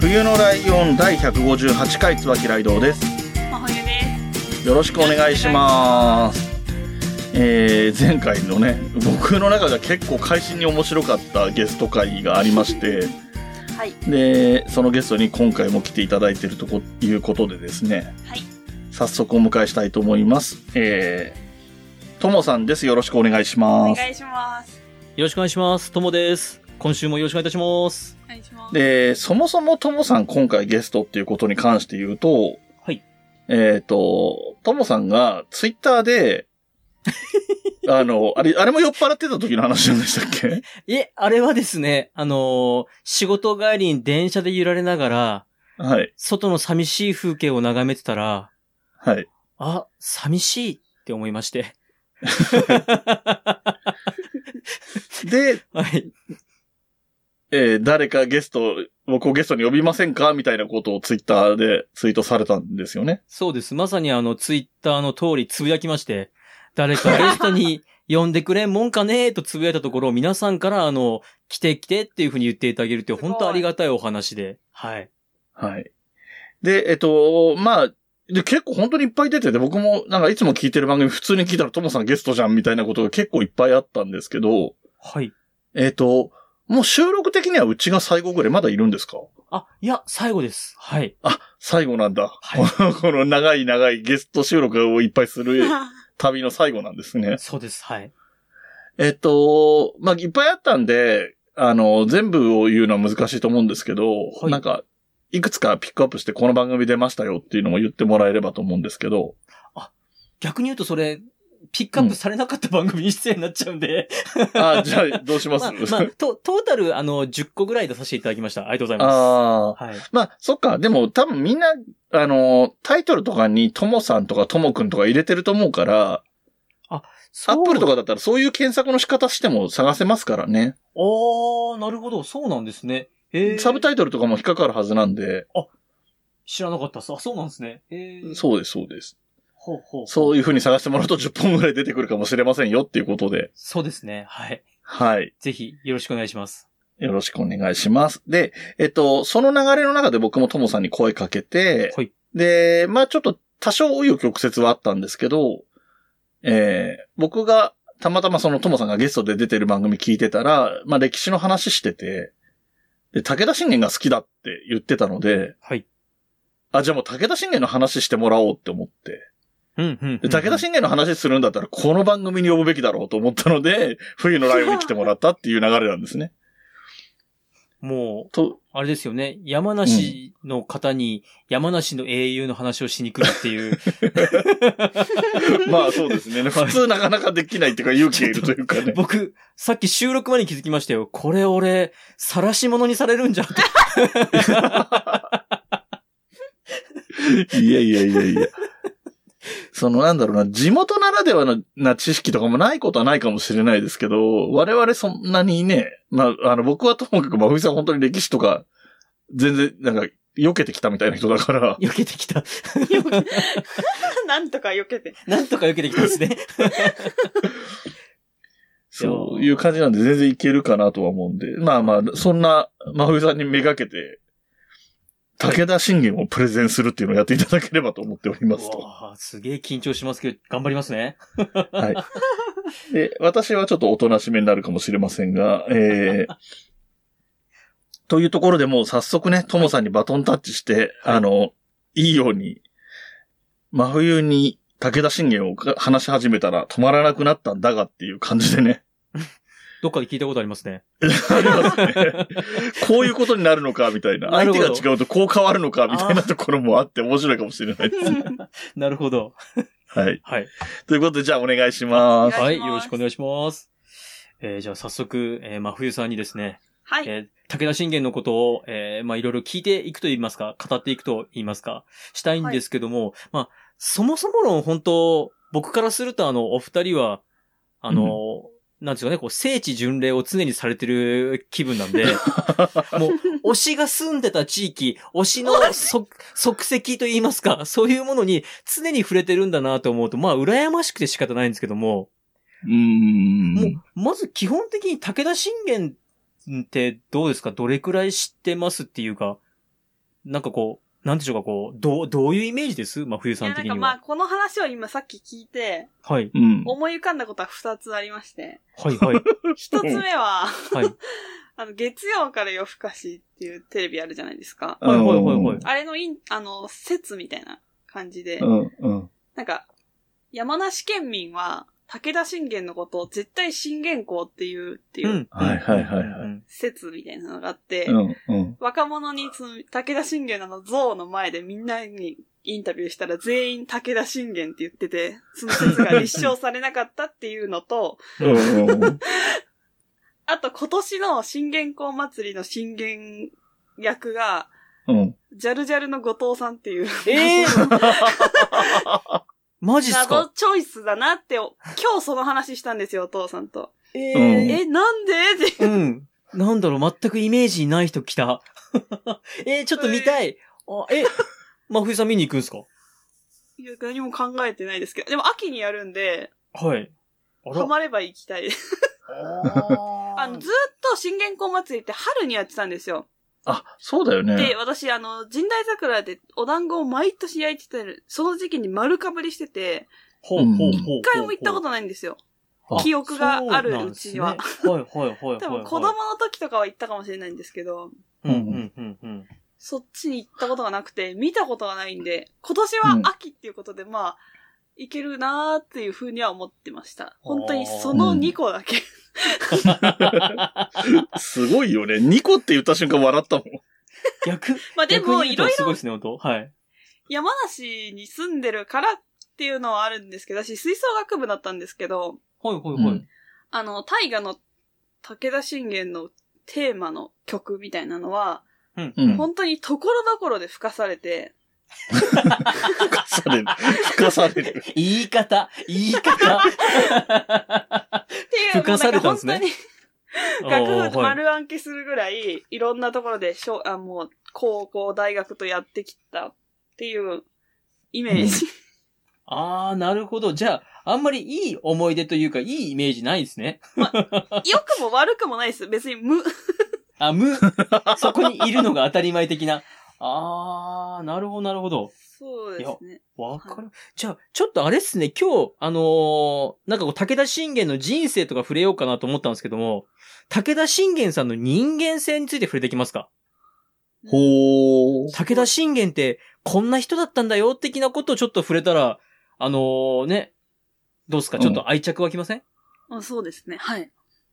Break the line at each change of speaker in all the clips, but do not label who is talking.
冬のライオン第158回椿ライドウです。
真冬です
よろしくお願いします。えー、前回のね、僕の中では結構会心に面白かったゲスト会がありまして、
はい
で、そのゲストに今回も来ていただいているとこいうことでですね、
はい
早速お迎えしたいと思います。えー、ともさんです。よろしくお願いし
お
ます。
願いします
よろしくお願いします。ともです。今週もよろしくお願いいたします。
お願いします
で、そもそもともさん今回ゲストっていうことに関して言うと、
はい。
えっ、と、ともさんがツイッターで、 あの、あれ、あれも酔っ払ってた時の話なんでしたっ け
え、あれはですね、あのー仕事帰りに電車で揺られながら、
はい。
外の寂しい風景を眺めてたら、
はい。
あ、寂しいって思いまして。
で、
はい。
えー誰かゲスト、僕をゲストに呼びませんかみたいなことをツイッターでツイートされたんですよね。
そうです。まさにあの、ツイッターの通りつぶやきまして、誰かゲストに呼んでくれんもんかねーとつぶやいたところ、皆さんからあの、来て来てっていうふうに言っていただけるって、
すごい
本当ありがたいお話で。はい。
はい。で、えっ、と、まあ、で、結構本当にいっぱい出てて、僕もなんかいつも聞いてる番組普通に聞いたらともさんゲストじゃんみたいなことが結構いっぱいあったんですけど、
はい。
えっ、と、もう収録的にはうちが最後ぐらいまだいるんですか
あ、いや、最後です。はい。
あ、最後なんだ。
は
この長い長いゲスト収録をいっぱいす る旅の最後なんですね。
そうです。はい。
えっと、まあ、いっぱいあったんで、あの、全部を言うのは難しいと思うんですけど、
はい
なんか、いくつかピックアップしてこの番組出ましたよっていうのも言ってもらえればと思うんですけ ど、
逆に言うとそれ、ピックアップされなかった番組に出演になっちゃうんで。
あ、じゃあどうします
まあ、まあ、と、トータル、あの、10個ぐらい出させていただきました。ありがとうございま
ああ、
す。はい。
まあ、そっか。でも、多分みんな、あの、タイトルとかに、ともさんとかともくんとか入れてると思うから、アップルと
か。
かだったらそういう検索の仕方しても探せますからね。
あー、なるほど。そうなんですね。えー、
サブタイトルとかも引っかかるはずなんで、
知らなかったっす。あ、そうなんですね。えー、
そうです、そうです。
ほうほう。
そういう風に探してもらうと10本ぐらい出てくるかもしれませんよっていうことで、
そうですね。はい。
はい。
ぜひ、よろしくお願いします。
よろしくお願いします。で、えっと、その流れの中で僕もともさんに声かけて、
はい
で、まあちょっと多少紆余曲折はあったんですけど、えー僕がたまたまそのともさんがゲストで出てる番組聞いてたら、まあ歴史の話してて、で、武田信玄が好きだって言ってたので、
はい。
あ、じゃあもう武田信玄の話してもらおうって思って。
うん、うん。
で、武田信玄の話するんだったら、この番組に呼ぶべきだろうと思ったので、 冬のライブに来てもらったっていう流れなんですね。
もう、
と、
あれですよね。山梨の方に、山梨の英雄の話をしに来るっていう。
まあそうですね。普通なかなかできないっていうか、勇気がいるというかね。
僕、さっき収録前に気づきましたよ。これ俺、晒し者にされるんじゃって。
いやいやいやいや。 そのなんだろうな、地元ならではのな知識とかもないことはないかもしれないですけど、我々そんなにね、まあ、あの、僕はともかく、まあ、ふさん本当に歴史とか、全然、なんか、避けてきたみたいな人だから、
避けてきた。
なんとか避 けて
なんとか避けてきたですね。
そういう感じなんで全然いけるかなとは思うんで。まあまあ、そんな、真冬さんにめがけて、武田信玄をプレゼンするっていうのをやっていただければと思っております
う
と。
わあすげえ緊張しますけど、頑張りますね。
はい。で、私はちょっとおとなしめになるかもしれませんが、えー、というところでもう早速ね、ともさんにバトンタッチして、
はい
あの、いいように、真冬に武田信玄を話し始めたら止まらなくなったんだがっていう感じでね。
どっかで聞いたことありますね。
ありますね。こういうことになるのか、みたいな。
なる
相
ほ
手
ど
が違うとこう変わるのか、みたいなところもあって面白いかもしれないです。
なるほど。
はい。
はい。
ということで、じゃあお願いします。
お願いします
はい。よろしくお願いします。えーじゃあ早速、えー、真冬さんにですね、
はい。
えー武田信玄のことを、えーまあいろいろ聞いていくと言いますか、語っていくと言いますか、したいんですけども、まあ、そもそも論本当、僕からするとあの、お二人は、あの、なんていうかね、こう、聖地巡礼を常にされてる気分なんで、もう、推しが住んでた地域、推しの即、即席と言いますか、そういうものに常に触れてるんだなと思うと、まあ、羨ましくて仕方ないんですけども、
うーん。
もう、まず基本的に武田信玄ってどうですかどれくらい知ってますっていうか、なんかこう、なんでしょうか、こう、どう、どういうイメージですまあ、冬
い
さ
や、
ん
な
的
ん
に
か
は。
まあ、この話を今さっき聞いて、
はい。
うん。
思い浮かんだことは二つありまして。
はい、はい。
一つ目は、
はい。
あの、月曜から夜更かしっていうテレビあるじゃないですか。
はい、はい、はい、はい。
あれのイン、あの、説みたいな感じで
う、ん、うん。
なんか、山梨県民は、武田信玄のことを絶対信玄公っていうっていう
はいはいはいはい
うん
説みたいなのがあって、
うん、うん。
若者にその武田信玄のあの像の前でみんなにインタビューしたら全員武田信玄って言ってて、その説が立証されなかったっていうのと、
うん、うん。
あと今年の信玄公祭りの信玄役が、
うん。
ジャルジャルの後藤さんっていう、
ええー、マジっす
謎
か
チョイスだなって、今日その話したんですよ、お父さんと。
え
うん
え、なんでって
うん。なんだろう、全くイメージない人来た。 えー、ちょっと見たい。あえ、真冬さん見に行くんすか
いや、何も考えてないですけど。でも秋にやるんで、
はい。あ
ハマれば行きたい。あ
あ
の、ずーっと信玄公祭りって春にやってたんですよ。
あ、そうだよ
で、
ね。
私、あの、神代桜でお団子を毎年焼いててる、その時期に丸かぶりしてて、
ほうほうほうほうほう。
一回も行ったことないんですよ。
あ
記憶があるうちには。
そうなんですね。はいはいはいはいはい。
多分子供の時とかは行ったかもしれないんですけど、
うんうんうんうん。
そっちに行ったことがなくて、見たことがないんで、今年は秋っていうことで、まあ、いけるなーっていうふうには思ってました。本当にその2個だけ。
すごいよね。2個って言った瞬間笑ったもん。
逆、
まあでも、
逆に
い
言
ろ
う
いろ
とすごいですね、本当はい。
山梨に住んでるからっていうのはあるんですけど、私、吹奏楽部だったんですけど、
はいはいは
う
い
ん。
あの、大河の武田信玄のテーマの曲みたいなのは、
うん。
うん。
本当にところどころで吹かされて、
吹かされる。吹かされる。
言い方、言い 方。
っていう、
吹かされたんですね
もうなんか本当に楽譜丸暗記するぐらい、いろんなところで小あ、もう、高校、大学とやってきたっていうイメージ。
あー、なるほど。じゃあ、あんまりいい思い出というか、いいイメージないですね。
良くも悪くもないです。別に無。
あ、 無。そこにいるのが当たり前的な。あー、なるほど、なるほど。
そうですね。
わかる。じゃあ、ちょっとあれっすね、今日、あのーなんかこう、武田信玄の人生とか触れようかなと思ったんですけども、武田信玄さんの人間性について触れてきますか
ほー。
武田信玄って、こんな人だったんだよ、的なことをちょっと触れたら、あのーね、どうっすか
うん
ちょっと愛着湧きません、
あそうですね。はい。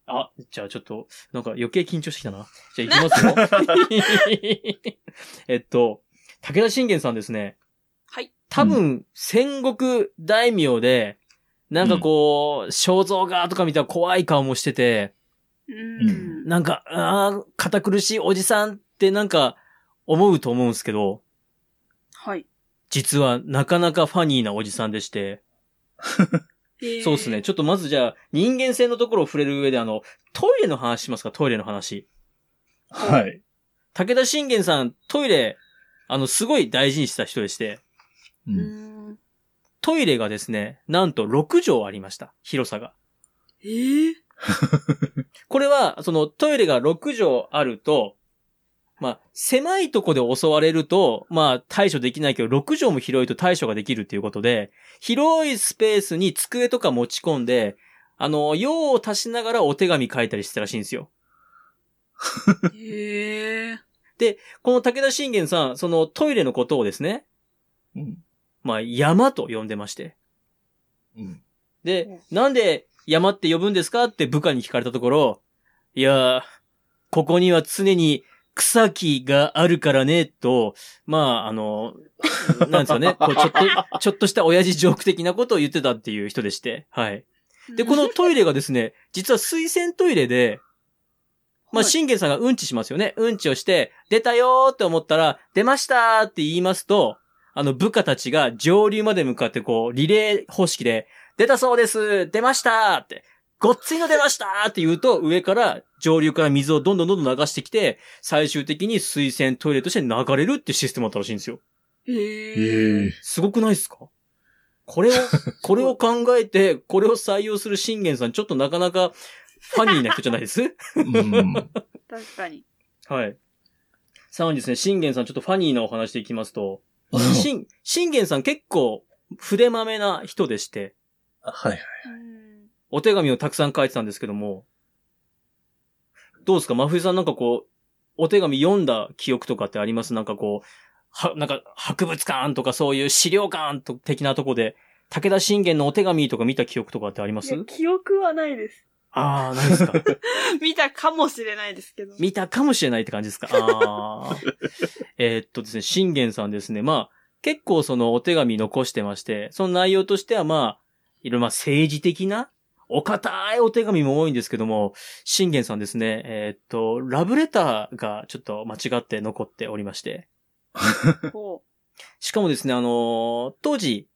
あ、じゃあちょっと、なんか余計緊張してきたな。じゃあ行きますよ。 えっと、武田信玄さんですね。
はい。
多分、戦国大名で、なんかこう、肖像画とか見たら怖い顔もしてて、
う
う
ーん。
なんか、ああ、堅苦しいおじさんってなんか思うと思うんですけど、
はい。
実はなかなかファニーなおじさんでして、
へー
そうですね。。ちょっとまずじゃあ、人間性のところを触れる上であの、トイレの話しますか、トイレの話。
はい。
武田信玄さん、トイレ、あの、すごい大事にした人でして、
う
うー
ん。
ん。
トイレがですね、なんと6畳ありました。広さが。
えー、
これは、そのトイレが6畳あると、まあ、狭いとこで襲われると、まあ、対処できないけど、6畳も広いと対処ができるっていうことで、広いスペースに机とか持ち込んで、あの、用を足しながらお手紙書いたりしてたらしいんですよ。
へー。
この武田信玄さん、そのトイレのことをですね、
うん。
まあ、山と呼んでまして。
うん。
で
ね、
なんで山って呼ぶんですかって部下に聞かれたところ、いやー、ここには常に草木があるからね、と、まあ、あの、なんですかね、こうちょっと、ちょっとした親父ジョーク的なことを言ってたっていう人でして、はい。で、このトイレがですね、実は水洗トイレで、
は
まあ、
い
信玄さんがうんちしますよね。うんちをして、出たよーって思ったら、出ましたーって言いますと、あの、部下たちが上流まで向かってこう、リレー方式で、出たそうです出ましたーって、ごっついの出ましたーって言うと、上から、上流から水をどんどんどんどん流してきて、最終的に水洗トイレとして流れるっていうシステムだったらしいんですよ。
へえ。
すごくないですか これを、これを考えて、これを採用する信玄さん、ちょっとなかなかファニーな人じゃないです
うん。
確かに。
はい。さらにですね、信玄さんちょっとファニーなお話でいきますと、信、信玄さん結構筆まめな人でして、
はい。
うん
お手紙をたくさん書いてたんですけども、どうですか真冬さんなんかこう、お手紙読んだ記憶とかってありますなんかこう、は、なんか博物館とかそういう資料館と的なとこで、武田信玄のお手紙とか見た記憶とかってありま
い
す
や、記憶はないです。
ああ、ないですか。
見たかもしれないですけど。
見たかもしれないって感じですか。ああ。えーっとですね、信玄さんですね。まあ、結構そのお手紙残してまして、その内容としてはまあ、いろいろまあ政治的な、お堅いお手紙も多いんですけども、信玄さんですね、えーっと、ラブレターがちょっと間違って残っておりまして。
ほ
しかもですね、あのー当時、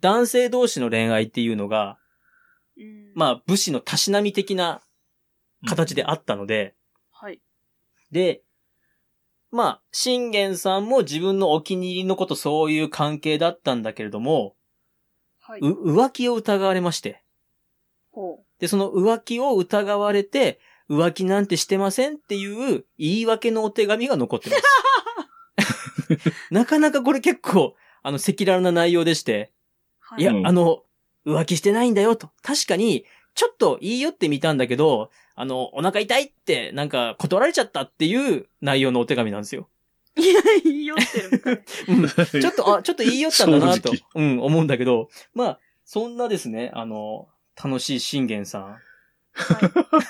男性同士の恋愛っていうのが、
う。
ま
あ。
あ、武士のたしなみ的な形であったので、
はい。
で、まあ、信玄さんも自分のお気に入りのことそういう関係だったんだけれども、
はい。
う浮気を疑われまして。
ほ
で、その浮気を疑われて、浮気なんてしてませんっていう言い訳のお手紙が残っ てます。なかなかこれ結構、あの、赤裸々な内容でして、
う。はい
や、
うん
あの、浮気してないんだよと。確かに、ちょっと言い寄ってみたんだけど、あの、お腹痛いって、なんか断られちゃったっていう内容のお手紙なんですよ。
いや、言い寄ってるのかい。
ちょっと、あ、ちょっと言い寄ったんだなと
正、
うん、思うんだけど、まあ、そんなですね、あの、楽しい信玄さん。
は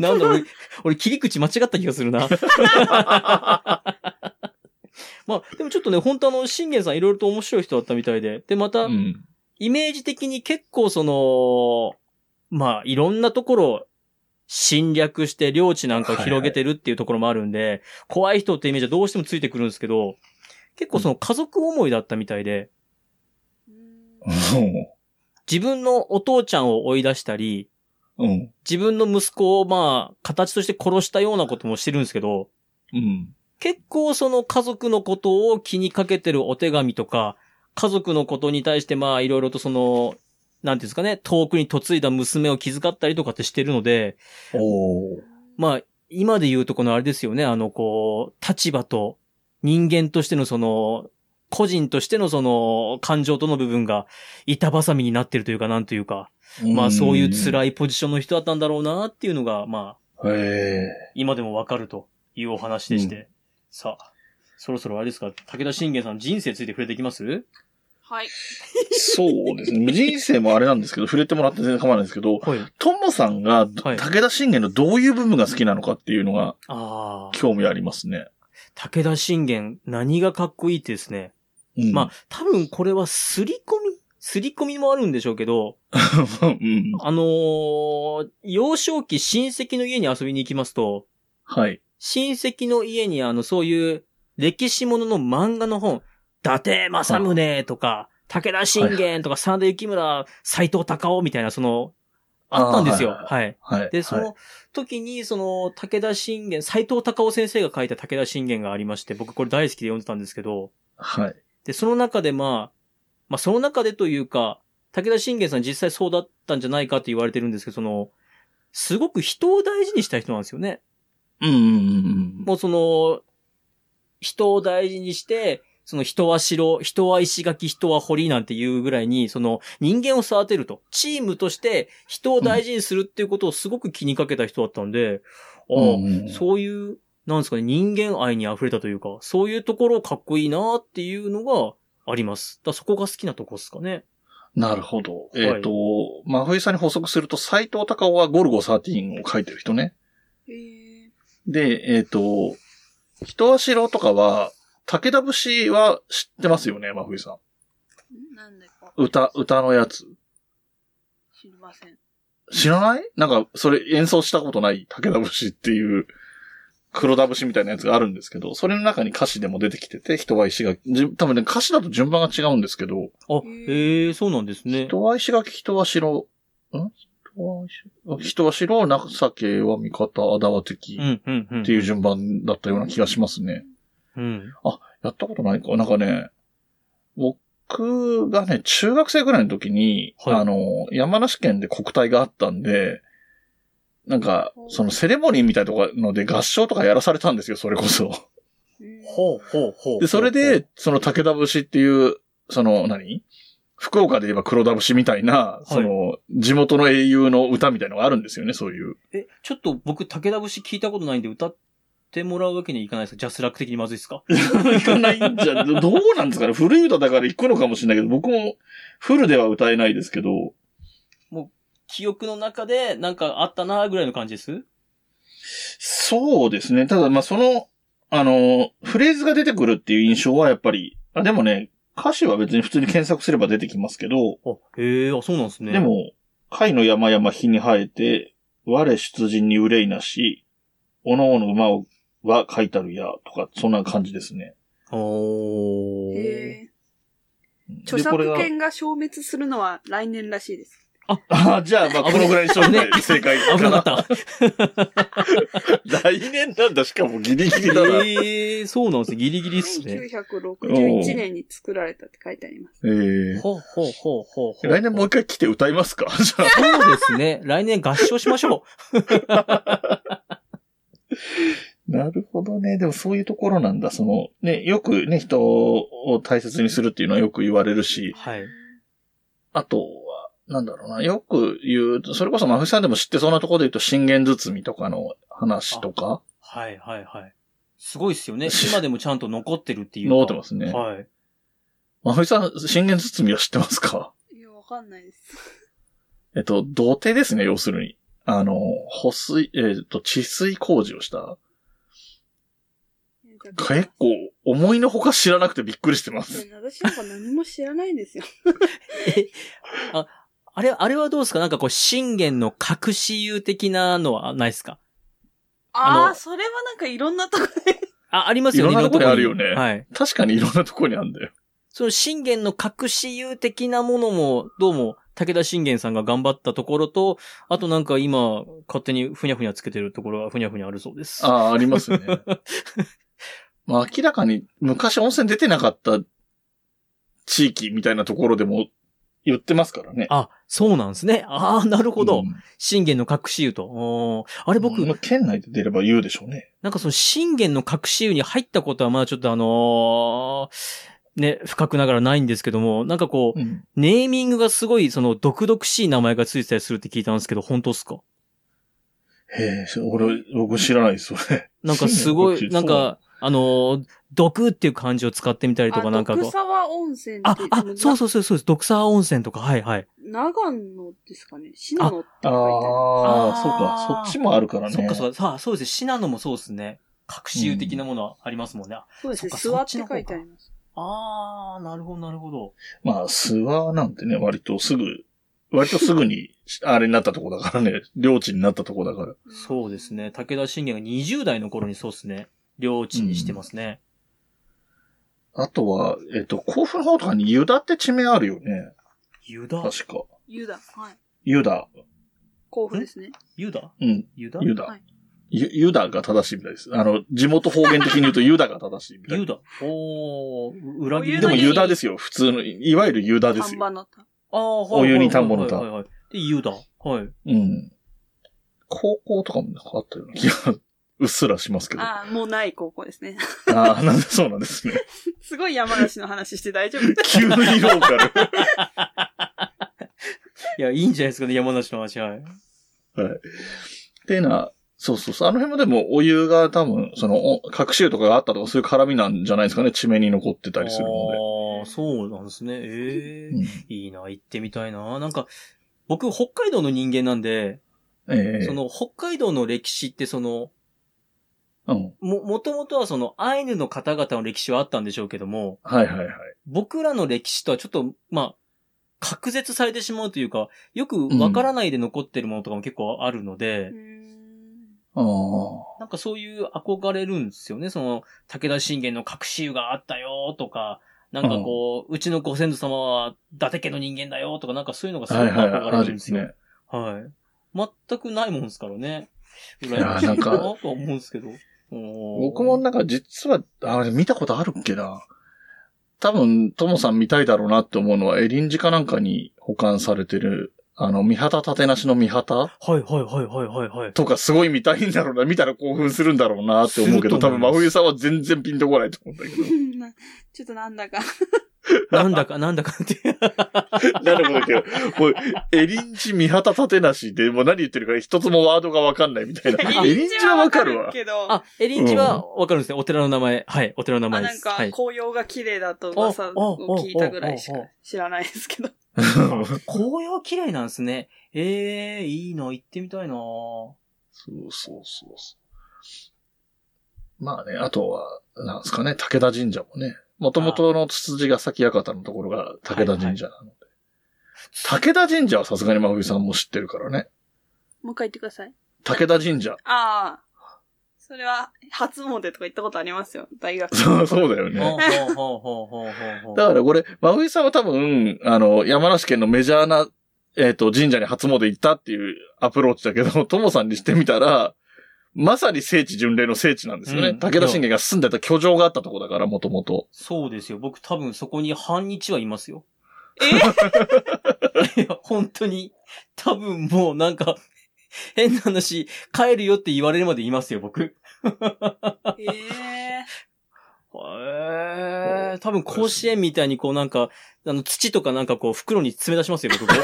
なんだ、俺、俺切り口間違った気がす るな。まあ、でもちょっとね、本当あの、信玄さんいろいろと面白い人だったみたいで、で、また、
うん。
イメージ的に結構その、まあ、いろんなところを侵略して領地なんかを広げてるっていうところもあるんで、怖い人ってイメージはどうしてもついてくるんですけど、結構その家族思いだったみたいで、
いうん
自分のお父ちゃんを追い出したり、
うん。
自分の息子をまあ、形として殺したようなこともしてるんですけど、
うん。
結構その家族のことを気にかけてるお手紙とか、家族のことに対してまあいろいろとその、なんていうんですかね、遠くに嫁いだ娘を気遣ったりとかってしてるので、
おー。
まあ今で言うとこのあれですよね、あのこう、立場と人間としてのその、個人としてのその感情との部分が板挟みになってるというかなんというか、まあそういう
い。
辛いポジションの人だったんだろうなっていうのが、ま
へ
あ今でもわかるというお話でして。さあ、そろそろあれですか、武田信玄さん人生について触れていきます
はい。
ーそうですね。人生もあれなんですけど、触れてもらって全然構わないんですけど、
はい。あ
ともさんが、
はい
武田信玄のどういう部分が好きなのかっていうのが
あー。
興味ありますね。
武田信玄、何がかっこいいってですね。
うん
まあ、多分これはすり込みすり込みもあるんでしょうけど、
うん。
あのー幼少期親戚の家に遊びに行きますと、
はい。
親戚の家にあの、そういう歴史ものの漫画の本、伊達政宗とか、武田信玄とか、真田幸村、斎藤隆夫みたいな、その、あったんですよ。
あー
はい。
はい。
で、そ
はい
の時に、その、武田信玄、斎藤隆夫先生が書いた武田信玄がありまして、僕これ大好きで読んでたんですけど、
はい。
で、その中でまあ、まあその中でというか、武田信玄さん実際そうだったんじゃないかって言われてるんですけど、その、すごく人を大事にした人なんですよね。
うんうんうんうん。
もうその、人を大事にして、その人は城、人は石垣、人は堀なんていうぐらいに、その人間を育てると。チームとして人を大事にするっていうことをすごく気にかけた人だったんで、
うんう
あ
んうん
あ、そういう、なんですかね、人間愛に溢れたというか、そういうところかっこいいなっていうのがあります。だからそこが好きなとこですかね。
なるほど。
い
えっ、と、真冬さんに補足すると、斎藤隆夫はゴルゴ13を書いてる人ね。
へえ。
で、えっ、と、人は城とかは、武田節は知ってますよね、真冬さん。
んなんだか。
歌、歌のやつ。
知りません。
知らないなんか、それ演奏したことない武田節っていう、黒田節みたいなやつがあるんですけど、それの中に歌詞でも出てきてて、人は石垣、じ多分ね、歌詞だと順番が違うんですけど、
あ、ええそうなんですね。
人は石垣、人は城、ん人は石垣、人は城、情けは味方、あだわ
う
敵
ん、うん、うん。
っていう順番だったような気がしますね。
うん。
やったことないか。なんかね、僕がね、中学生ぐらいの時に、
はい
あの、山梨県で国体があったんで、なんか、そのセレモニーみたいなとこので合唱とかやらされたんですよ、それこそ。
うん。
ほうほうほう。
で、それで、その武田節っていう、その、何福岡で言えば黒田節みたいな、その、地元の英雄の歌みたいのがあるんですよね、そう いう。
え、ちょっと僕、武田節聞いたことないんで歌ってもらうわけにいかないですかジャスラック的にまずいですか
いかないんじゃ、どどうなんですかね古い歌だから行くのかもしれないけど、僕もフルでは歌えないですけど、
記憶の中でなんかあったなぐらいの感じです
そうですね。ただ、まあ、その、あの、フレーズが出てくるっていう印象はやっぱり、あ、でもね、歌詞は別に普通に検索すれば出てきますけど、
あ、へえ、あ、そうなんですね。
で、も、貝の山々火に生えて、我出陣に憂いなし、おのおの馬をは書いたるや、とか、そんな感じですね。
おー。
へえ。
うん
著
でこれ
作
が
権が消滅するのは来年らしいです。
あ、じゃあ、まあ、このぐらいにしとくね。正解。
危なかった。
た。 来年なんだ、しかもギリギリだな。え
ええそうなんですね。ギリギリっす ね。
1961年に作られたって書いてあります。
ー
ほうほうほうほう ほう。
来年もう一回来て歌いますか じゃあ。
そうですね。来年合唱しましょ
なるほどね。でもそういうところなんだ。その、ね、よくね、人を大切にするっていうのはよく言われる
う。
し、
はい。
あとは、なんだろうな、よく言う、それこそまふさんでも知ってそうなところで言うと、信玄包みとかの話とか、
はいはいはい。すごいっすよ ね。今でもちゃんと残ってるっていうか。
残ってますね。
はい。
まふさん、信玄包みは知ってますか
いや、わかんないです。
えっと、土手ですね、要するに。あの、保水、えっと、治水工事をした。結構、思いのほか知らなくてびっくりしてます。
いや私なんか何も知らないんですよ。
あれ、あれはどうですかなんかこう、信玄の隠し湯的なのはないですか
あ
あ
あ、
の
それはなんかいろんなとこで。
あ、ありますよね。
いろんなとこにあるよね
はい。
確かにいろんなところにあるんだよ。
その信玄の隠し湯的なものも、どうも、武田信玄さんが頑張ったところと、あとなんか今、勝手にふにゃふにゃつけてるところがふにゃふにゃあるそうです。
ああ、あり ますね。まあ明らかに昔温泉出てなかった地域みたいなところでも言ってますからね。
あ、そうなんですね。ああ、なるほど。
うん
信玄の隠し湯と。おーあれ僕、
まあ県内で出れば言うでしょうね。
なんかその信玄の隠し湯に入ったことはまだちょっとあのーね、深くながらないんですけども、なんかこう、
うん
ネーミングがすごい、その、毒々しい名前がついてたりするって聞いたんですけど、本当っすか
へえ、そ俺、僕知らないです、それ。
なんかすごい、
信
な
玄
ん
の隠し
か、あのー、毒っていう漢字を使ってみたりとか、なんか
あ
こ
毒
う。
沢温泉って
あ、あ、そう
う。
そうそうそうです。毒沢温泉とか、はいはい。
長野ですかね。信濃って
そ
書
うああ、
あー
そうか。そっちもあるからね。
そっかそっか。さあ、そうですね。信濃もそうですね。隠し湯的なものはありますもん
いて
ね。
ある。そうですね。
そ
諏訪っ
っかそってちの方か
書いてあります。
あー、なるほど、なるほど。
まあ、諏訪なんてね、割とすぐ、割とすぐに、あれになったとこだからね。領地になったとこだから。
そうですね。武田信玄が20代の頃にそうですね。領地にしてますね。
あとは、えっ、と、甲府の方とかに湯田って地名あるよね。
湯田
確か。
湯田。はい。
湯田。
甲府ですね。
湯田
うん。
湯田
ユダ
はい。
ユユダが正しいみたいです。あの、地元方言的に言うとユダが正しいみたい
湯
な。
田おー、裏切り
湯
で
田
も
に
ユダですよ。普通の、いいわゆるユダで
看
すよ。
板の田。
あー、はい。
お湯に田んぼの田
はいはいはいはい。で、湯田。はい。
うん。高校とかもなんかあったような気が、うっすらしますけど。
あ
あ
あ、もうない高校ですね。
あー、なんでそうなんですね。
すごい山梨の話して 大丈夫
急にローカル。
いや、いいんじゃないですかね、山梨の話。はい。
ってな、そうそうそう。あの辺もでもお湯が多分、その、お隠し湯とかがあったとかそういう絡みなんじゃないですかね。地名に残ってたりするの
ああ、そうなんですね。ええ
で。
いいな、行ってみたいな。なんか、僕、北海道の人間なんで、
うん、ええ
その、北海道の歴史って、その、
うん。
も、もともとはその、アイヌの方々の歴史はあったんでしょうけども、
はいはいはい。
僕らの歴史とはちょっと、まあ、隔絶されてしまうというか、よくわからないで残ってるものとかも結構あるので、
うん
ああ。
なんかそういう憧れるんですよね。その、武田信玄の隠し湯があったよとか、なんかこう、うちのご先祖様は伊達家の人間だよとか、なんかそういうのがすご
は
く
いはい、
憧
ある
れるん
で
です
す
よ。
ね。
はい。全くないもんですからね。
や
羨ましいな
なんか
とは思うんですけど。
僕
僕
もなんか実は、あれ見たことあるっけな。多分、ともさん見たいだろうなって思うのは、エリンジかなんかに保管されてる、あの、三旗縦なしの三旗
はいはいはいはいはいはい。
とかすごい見たいんだろうな、見たら興奮するんだろうなって思うけど、
すると
多
思
分
います
真冬さんは全然ピンとこないと思うんだけ ど。
なちょっとなんだか。
なんだかなんだかって。
なるほどけど、もう、エリンジ三旗縦なしで、もう何言ってるか一つもワードがわかんないみたいな。エリンジはわかるわ。
けど、あ、
あ、エリンジはわかるんですね。お寺の名前。はい、お寺の名前
な
で
ん
す。は
か
い。
紅葉が綺麗だと噂を聞いたぐらいしか知らないですけど。
紅葉綺麗なんですね。ええいいな、行ってみたいな
そうそうそうそう。まあね、あとは、なんですかね、武田神社もね。もともとのツツジが先館のところが武田神社なので。武田神社はさすがに真冬さんも知ってるからね。
もう一回言ってください。
武田神社。
あ あ。それは、初詣とか行ったことありますよ。大学。
そう、そうだよ
ほう
ね。
ほうほうほうほうほう
だからこれ、真冬さんは多分、あの、山梨県のメジャーな、えっ、と、神社に初詣行ったっていうアプローチだけど、 ともさんにしてみたら、まさに聖地巡礼の聖地なんですよね。
うん
武田信玄が住んでた居城があったとこだから、もともと。
そうですよ。僕多分そこに半日はいますよ。
え
いや、本当に。多分もうなんか、 変な話、帰るよって言われるまでいますよ、僕。
え
へー多分甲子園みたいにこうなんか、あの土とかなんかこう袋に詰め出しますよ、僕。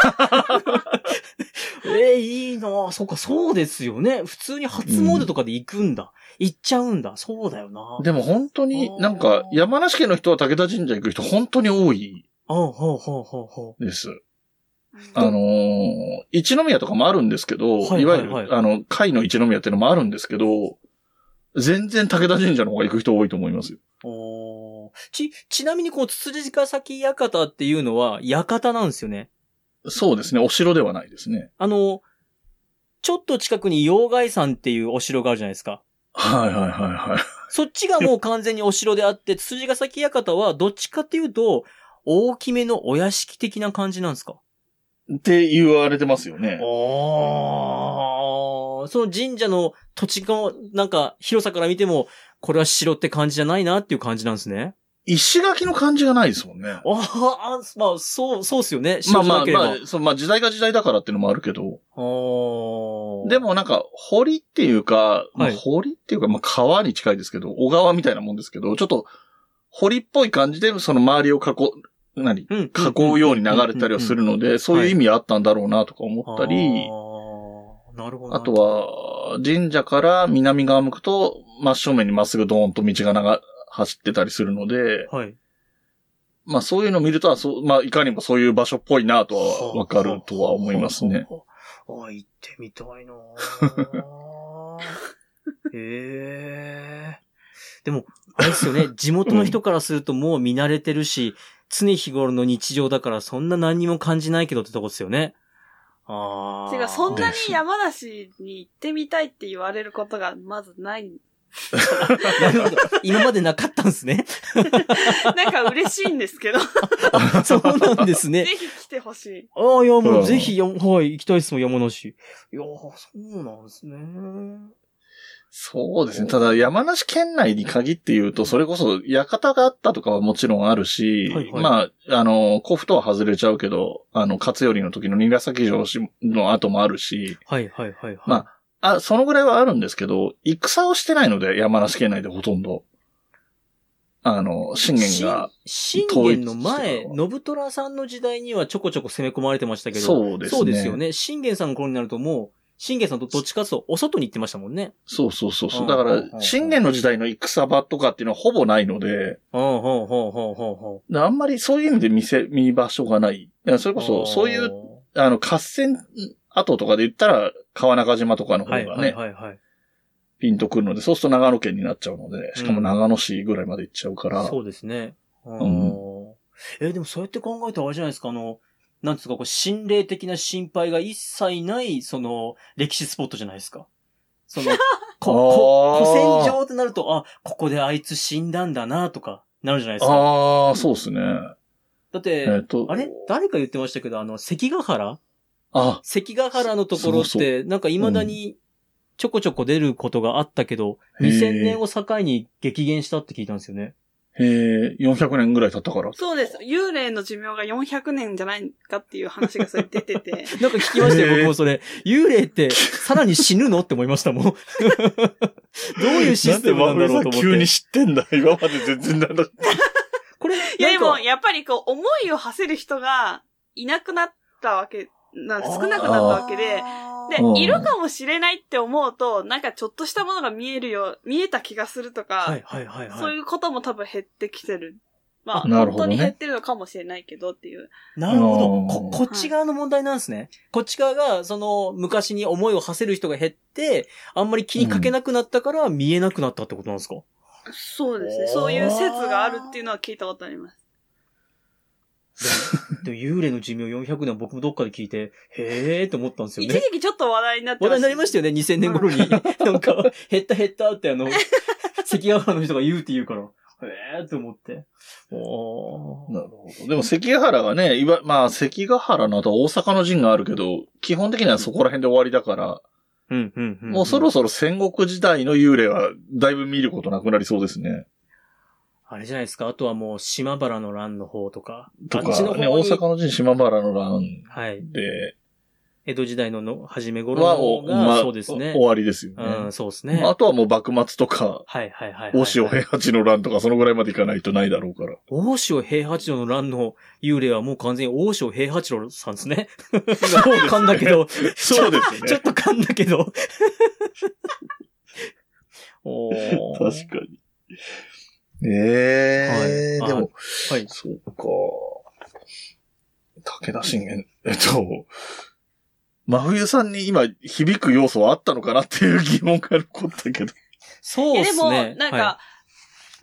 えー、いいなぁそうか、そうですよね。普通に初詣とかで行くんだ。行っちゃうんだ。そうだよな
でも本当
あ
に
ー
なんか山梨県の人は武田神社行く人本当に多い
あほうほうほうほ
です。あ
うん
のー一宮とかもあるんですけど、
はい
い
は
わ
い
ゆ
はい
る、あの、海の一宮っていうのもあるんですけど、全然武田神社の方が行く人多いと思いますよ。
う。おーち、ちなみにこのつつじヶ崎館っていうのは、館なんですよね。
そうですね、お城ではないですね。
あの、ちょっと近くに妖怪山っていうお城があるじゃないですか。
はいはいはいはい。
そっちがもう完全にお城であって、つつじヶ崎館はどっちかっていうと、大きめのお屋敷的な感じなんですか
って言われてますよね。
おー。その神社の土地の、なんか、広さから見ても、これは城って感じじゃないなっていう感じなんですね。
石垣の感じがないですもんね。
あーあ、まあ、そう、そうっすよね。
ま
城
あ
じゃ
ま
な
あ
ければ。
まあ、そうまあ時代が時代だからっていうのもあるけど、
おー
で、もなんか、堀っていうか、まあ
はい
堀っていうか、まあ川に近いですけど、小川みたいなもんですけど、ちょっと、堀っぽい感じで、その周りを囲、何
うん、
囲うように流れたりはするので、そういう意味あったんだろうなとか思ったり、
あーなるほど。
あと、は、神社から南側向くと、真正面にまっすぐドーンと道がなが走ってたりするので、
はい。
まあそういうのを見るとは、そう、まあいかにもそういう場所っぽいなとはわかるとは思いますね。
ほうほうほうほう。あ、行ってみたいなぁ へえ。でも、あれです よね、地元の人からするともう見慣れてるし、常日頃の日常だからそんな何にも感じないけどってとこですよね。ああ。
てか、そんなに
です
山梨に行ってみたいって言われることがまずない。
なるほど。今までなかったんです ね。
なんか嬉しいんですけど、ぜ
あそうなんですね。
ひ来てほしい。
ああ、いや、も
う
う、
ん
ぜひ、やはい、行きたいですもん、山梨。いやー、そうなんですね。
そうですね。ただ、山梨県内に限って言うと、それこそ、館があったとかはもちろんあるし、
はいはい
まあ、あの、甲府とは外れちゃうけど、あの、勝頼の時の韮崎城の後もあるし、
はい、はい、はい、はい。
まああ、そのぐらいはあるんですけど、戦をしてないので、山梨県内でほとんど。あの、信玄が。
信信玄の前、信虎さんの時代にはちょこちょこ攻め込まれてましたけど、
そうですね。
そうですよ。ね。信玄さんの頃になるともう、信玄さんとどっちかというとお外に行ってましたもんね。
そうそうそうそう。
うん
だか
うんうん
ら、信玄の時代の戦場とかっていうのはほぼないので、
ほうほうほうほうほうほ
あんまりそういう意味で見せ、見場所がない。いやそれ
う。
こそ、そういうあの、合戦後とかで言ったら、川中島とかの方が
は
ね、
い、はい、はい、はい。
ピンとくるので、そうすると長野県になっちゃうので、しか
う
も
ん
長野市ぐらいまで行っちゃうから、
そうですね。うん
ん
えーでもそうやって考えたらあれじゃないですか、あの、なんつうか、こう、心霊的な心配が一切ない、その、歴史スポットじゃないですか。その、こ、こ、
あー
古戦場ってなると、あ、ここであいつ死んだんだな、とか、なるじゃないですか。
ああ、そうですね。
だっ
え
て、
っと。
あれ誰か言ってましたけど、あの、関ヶ原
あ、
関ヶ原のところって、
そうそ
なんか未だにちょこちょこ出ることがあったけど、
へー
2000年を境に激減したって聞いたんですよね。
へえ、400年ぐらい経ったから。
そうです。幽霊の寿命が400年じゃないかっていう話がそれ出てて。
なんか聞きましたよ、
へー
僕もそれ。幽霊って、さらに死ぬのって思いましたもん。ど ういうシステムなんだろう
な
と思っ
んで真冬
て。
さん急に知ってんだ。今まで全然なん だ。
これ、
いやで
なん
も、
か
やっぱりこう、思いを馳せる人がいなくなったわけ、なん少なくなったわけで、
うん
で、いるかもしれないって思うと、なんかちょっとしたものが見えるよ、見えた気がするとか、
はいはいはい
そ
は
う
い。
いうことも多分減ってきてる。まあ、
あな
本
るほど
当
ね
に減ってるのかもしれないけどっていう。
なるほど。
うん
こ、こっち側の問題なんですね。こっち側が、その、昔に思いを馳せる人が減って、あんまり気にかけなくなったから見えなくなったってことなんですか、
そうですね。そ
おー
ういう説があるっていうのは聞いたことあります。
でも幽霊の寿命400年僕もどっかで聞いて、へえーって思ったんですよ
一
ね。
時期ちょっと話題になって
話題になりました
よ。
よね、2000年頃に。なんか、減った減ったってあの、 関ヶ原の人が言うって言うから、へえーって思って。おー
なるほど。でも関ヶ原はね、いわ、まあ関ヶ原の後は大阪の陣があるけど、基本的にはそこら辺で終わりだから、
うんうんうん。
もうそろそろ戦国時代の幽霊はだいぶ見ることなくなりそうですね。
あれじゃないですか、あとはもう島原の乱の方とか。
と
あっ
か
ちの、方に
ね、大阪の陣島原の乱
はい。
で、
江戸時代のの初め頃
は、
の
お
が、
まあ、
そうですね
お終。わりですよね。
うん、そうですね。
あとはもう幕末とか、
はいはいはいはい。
大塩平八の乱とか、そのぐらいまでいかないとないだろうから。
大塩平八郎の乱の幽霊はもう完全に大塩平八郎さんで すね。 そう噛んだけど、
そう ですね
ちょっと噛んだけど。おー
確かに。ええ
はい
で
はい
も、
はい。
そうか。武田信玄、えっと、真冬さんに今響く要素はあったのかなっていう疑問が残ったけど。
そう
いや
で
ですも、
ね。
なんか、
は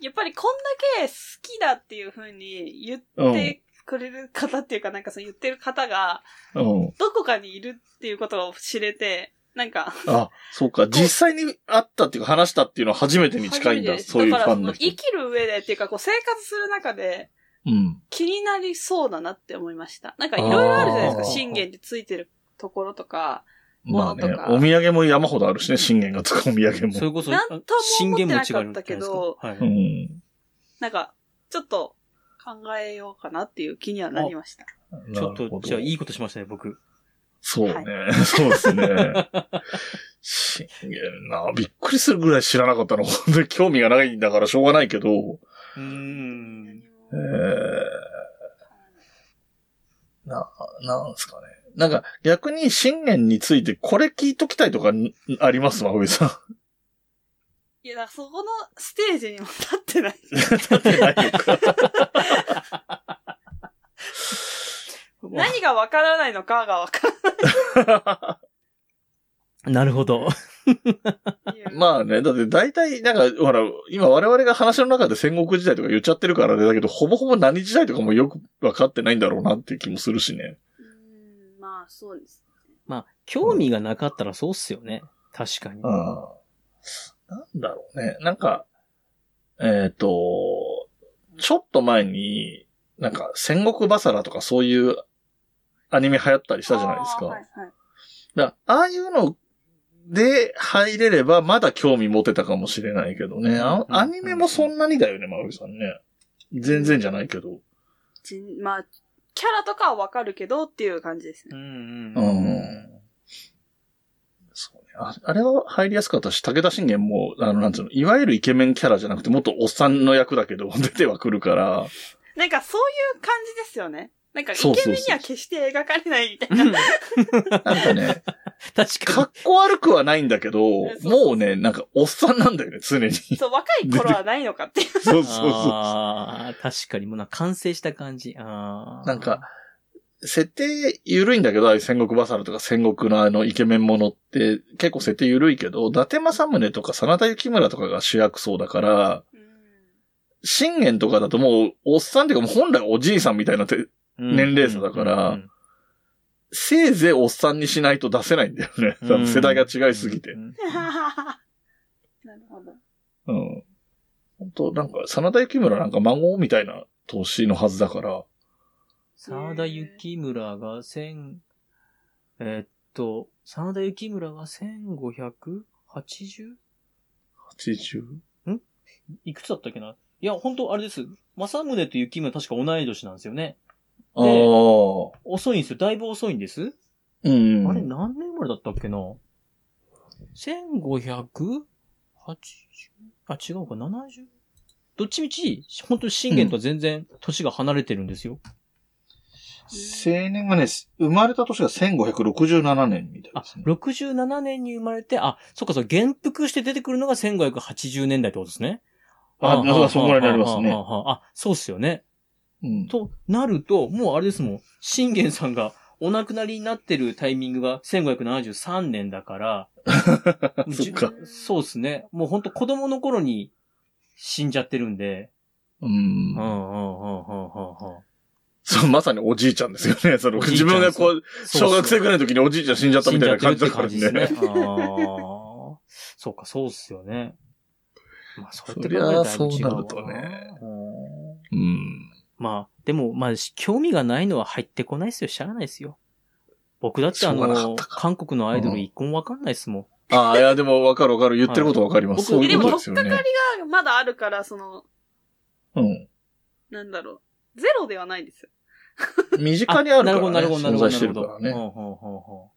やっぱりこんだけ好きだっていう風に言っ
うん。
てくれる方っていうか、なんかその言ってる方が、
うん。
どこかにいるっていうことを知れて、なんか、
あ、そうか。実際に会ったっていうか話したっていうのは初めてに近いん
初め
だ。
てです
そういうフ
だか
ァ
ら
ン
そ
の
の
人。
生きる上でっていうか、こう生活する中で
うん。
気になりそうだなって思いました。なんかいろいろあるじゃないですか。
あー
信玄ってついてるところとか、
ま
も
あね
のと、か
お土産も山ほどあるしね、信玄がつくお土産
い。それ
も。。
こそ、
なんとも
信玄餅がある
思
ん
っ
じ
て
ゃ
な
ない
かったけど
ですか。はいう
ん。
なんか、ちょっと考えようかなっていう気にはなりました。
ちょっ
なるほ
と、
ど
じゃあいいことしましたね、僕。
そうね。
はい
そうですね。信玄な、びっくりするぐらい知らなかったの。本当に興味がないんだからしょうがないけど。
うーん。
えー、な、なんですかね。なんか、逆に信玄についてこれ聞いときたいとかんあります真 上さん。
いや、だからそこのステージにも立ってない。
立ってないのか。
何がわからないのかがわか
なるほど。
らない。
まあね、だって大体、なんか、ほら、今我々が話の中で戦国時代とか言っちゃってるからね、だけど、ほぼほぼ何時代とかもよく分かってないんだろうなっていう気もするしね。
うん、まあ、そうです。
まあ、興味がなかったらそうっすよね。確か
う
に。
ん。なんだろうね。なんか、えっ、と、ちょっと前に、なんか、戦国バサラとかそういうアニメ流行ったりしたじゃないです
あー
か。
はいはい
だからああいうので入れればまだ興味持てたかもしれないけどね。あ
うん
アニメもそんなにだよね、まるさんね。全然じゃないけど。
じんまあ、キャラとかはわかるけどっていう感じです
う
ね。
ん
う。
うんん。
そうね。ああれは入りやすかったし、武田信玄も、あの、なんつうの、いわゆるイケメンキャラじゃなくて、もっとおっさんの役だけど、 出てはくるから。
なんかそういう感じですよね。なんかイケ
そうそうそう
メンには決して描かれないみたいな。
うん
なんかね、
確か
かっこ悪くはないんだけど、
そうそうそう
もうね、なんかおっさんなんだよね、常に。 そう
そう、若い頃はないのかっていう。
そう
に。
そう。
あー確かに、もうなんか完成した感じ。あー
なんか、設定緩いんだけど、ああいう戦国バサラとか戦国のあのイケメンものって結構設定緩いけど、伊達政宗とか真田幸村とかが主役そうだから、信玄とかだともうおっさんっていうかもう本来おじいさんみたいなて
うん
年齢差だから
うん
せいぜいおっさんにしないと出せないんだよね。多分世代が違いすぎて。
うん
なるほど。
うん。本当なんか、真田幸村なんか孫みたいな年のはずだから、
沢田幸村が千、えーっと、沢田幸村が 1580?
80?
いくつだったっけないや、本当あれです。正宗と幸村確か同い年なんですよね。
ああ。
遅いんですよ。だいぶ遅いんです。
うん。
あれ、何年生まれだったっけな ?1580? あ、違うか、70? どっちみち、本当に信玄とは全然年が離れてるんですよ。
青年がね、生まれた年が1567年みたい
あ
ですね、。
67年に生まれて、あ、そっかそう、元服して出てくるのが1580年代ってことですね。
あ
ははは
そこら辺になりますね
はははあ、そうっすよね。
うん、
となると、もうあれですもん、信玄さんがお亡くなりになってるタイミングが1573年だから、
そっか。
そうですね。もう本当子供の頃に死んじゃってるんで。
うん
うんうんうんうんうんうん。
そう、まさにおじいちゃんですよね。その
おじい
自
ちゃん
分がこう、小学生
が
ぐらいの時におじいちゃん死んじゃった
死
み
ん
た
じ
い
ゃ
な
ってる
感
っ
じだ
て
からね。
感じですね。あーそうか、そうっすよね。まあ、そうやって考えたらだいぶ違
そりゃそうなると
うわ
ね
うん
うん。
まあ、でも、まあ、し興味がないのは入ってこないですよ。知らないですよ。僕だってあ
しょうがなか
の
った、
韓国のアイド
う
ル
ん
一個もわかんないですもん。
ああ、いや、でもわかるわかる。言ってることわかります。そ
はい
う
え
い
で
うこ
も、
と
と
で
っか
すよ
かり
ね。
がまだあるから、その、
うん。
なんだろう。ゼロではないですよ。
身近にあるから、ね、
なるほど、な
存
るほど、
在
な
して
るほ
るか
ど。
らね。
ほうほうほうほう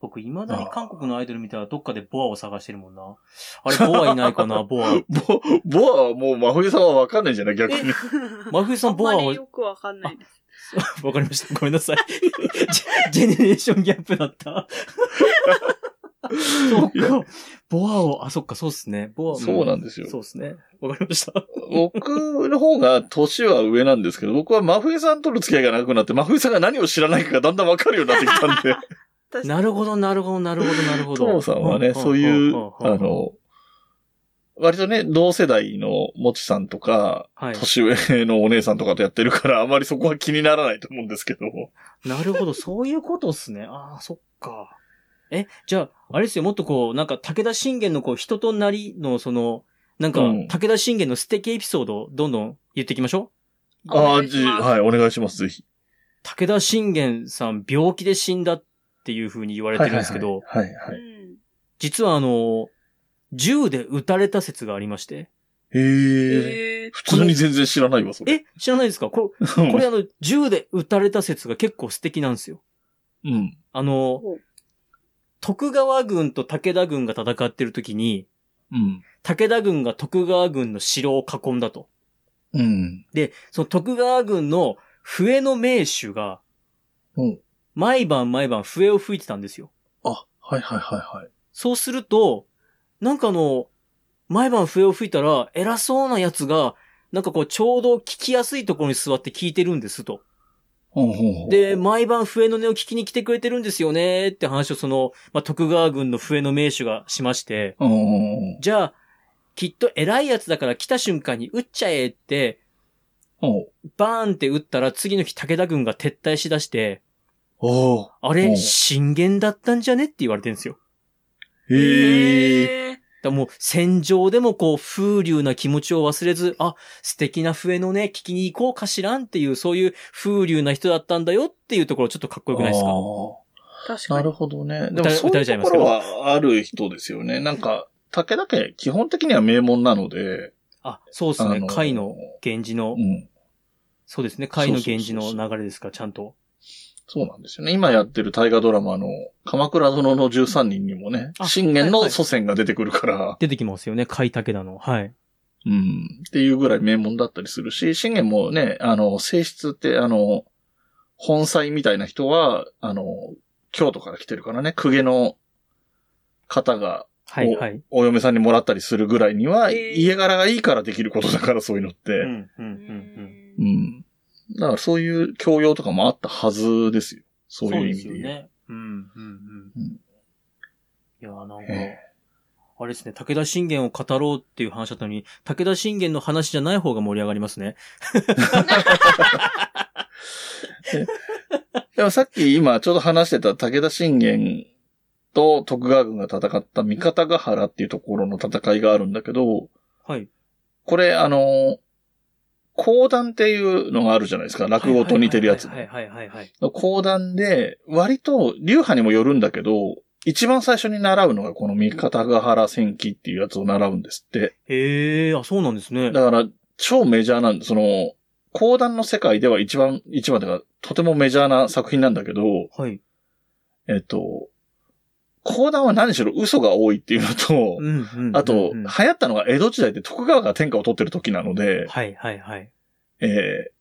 僕、未だに韓国のアイドル見たらどっかでボアを探してるもんな。あれ、ボアいないかな、ボア。
ボ、ボアはもう真冬さんはわかんないんじゃない逆に。
真冬さ
あ
ん、
ん
ボア
ま
を
り、よくわかんないです。
わかりました。ごめんなさい。ジェジェネレーションギャップだ った。そう
いや
か。ボアを、あ、そっか、そうっすね。ボア
そうなんですよ
そうっすね。わかりました。
僕の方が年は上なんですけど、僕は真冬さんとの付き合いがなくなって、真冬さんが何を知らないかがだんだんわかるようになってきたんで。
確か
なるほど、なるほど、なるほど、なるほ
ト
ど。
モさんはね、そういう、あ、の、割とね、同世代のもちさんとか、
はい。
年上のお姉さんとかとやってるから、あまりそこは気にならないと思うんですけど。
なるほど、そういうことっすね。ああ、そっか。え、じゃあ、あれですよ、もっとこう、なんか、武田信玄のこう、人となりの、その、なんか
うん、
武田信玄の素敵エピソードをどんどん言っていきましょう。
ああ、
に。
じ、はい、お願いします、ぜひ。
武田信玄さん、病気で死んだっていう風に言われてるんですけど、
はい、はい
い。
は
う
い。
ん。
実はあの、銃で撃たれた説がありまして。
へ
え
え。
ー
普通に全然知らないわ、それ。
え、知らないですかこれ、これあの、銃で撃たれた説が結構素敵なんですよ。
うん。
あの
ほう、
徳川軍と武田軍が戦ってる時に、
うん。
武田軍が徳川軍の城を囲んだと。
うん。
で、その徳川軍の笛の名手が、
うん。
毎晩毎晩笛を吹いてたんですよ。
あ、はい、はい、はい、はい。
そうすると、なんかあの、毎晩笛を吹いたら、偉そうな奴が、なんかこう、ちょうど聞きやすいところに座って聞いてるんですと。
ほうほうほう。
で、毎晩笛の音を聞きに来てくれてるんですよねって話をその、まあ、徳川軍の笛の名手がしまして、
うんうん
じゃあ、きっと偉い奴だから来た瞬間に撃っちゃえって、
うん。うん。
バーンって撃ったら次の日武田軍が撤退しだして、
おー
あ
う
れ、
ん
信玄だったんじゃねって言われてるんですよ。
へえ。
え
だからもう戦場でもこう風流な気持ちを忘れず、あ、素敵な笛のね、聞きに行こうかしらんっていう、そういう風流な人だったんだよっていうところちょっとかっこよくないですか
あー
ー確か
な
に。
るほどね。で
歌
もそうい
歌え
う
ちゃい
と
ます
こ
けど
ろはある人ですよね。なんか、武田家、基本的には名門なので、
あ、そうです
あ
ね
の。ー
甲斐の源氏の
う、ん。
そうですね。甲斐の源氏
そうそう
の
そう
流れですから、ちゃんと。
そうなんですよね。今やってる大河ドラマの、鎌倉殿の13人にもね、
あ
信玄
はいは
の
い
祖先が出てくるから、
出てきますよね。甲斐武田の。はい。
うん。っていうぐらい名門だったりするし、信玄もね、あの、性質って、あの、本妻みたいな人は、あの、京都から来てるからね、公家の方が
はい、はい。
お嫁さんにもらったりするぐらいには、
えー
家柄がいいからできることだから、そういうのって。
うん、うん、う、
うん
うん。
う
うん
ん。だからそういう教養とかもあったはずですよ。そういう意味で
そうです
言
よ
う。
ね。うん、うん、う
うんん。
いやー、なんか
ええ、
あれですね、武田信玄を語ろうっていう話だったのに、武田信玄の話じゃない方が盛り上がりますね。
でもさっき今ちょうど話してた武田信玄と徳川軍が戦った三方ヶ原っていうところの戦いがあるんだけど、
はい。
これあの、講談っていうのがあるじゃないですか。落語と似てるやつ。
はいはいはいはい。
講談で、割と流派にもよるんだけど、一番最初に習うのがこの三方ヶ原戦記っていうやつを習うんですって。
へえ、あ、そうなんですね。
だから、超メジャーなんその、講談の世界では一番、一番というか、とてもメジャーな作品なんだけど、
はい。
えっと、講談は何しろ嘘が多いっていうのと
う、んうんうんうん。
あと、流行ったのが江戸時代で徳川が天下を取ってる時なので、
はいはいはい。
えー